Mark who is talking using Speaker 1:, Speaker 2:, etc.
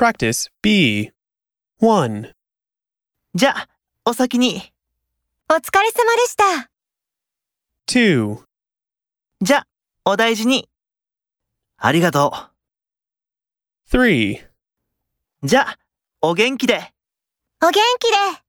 Speaker 1: Practice B. 1.
Speaker 2: じゃあ、お先に。
Speaker 3: お疲れ様でした。
Speaker 1: 2.
Speaker 2: じゃあ、お大事に。ありがと
Speaker 1: 3.
Speaker 2: う。じゃあ、お元気で。
Speaker 3: お元気で。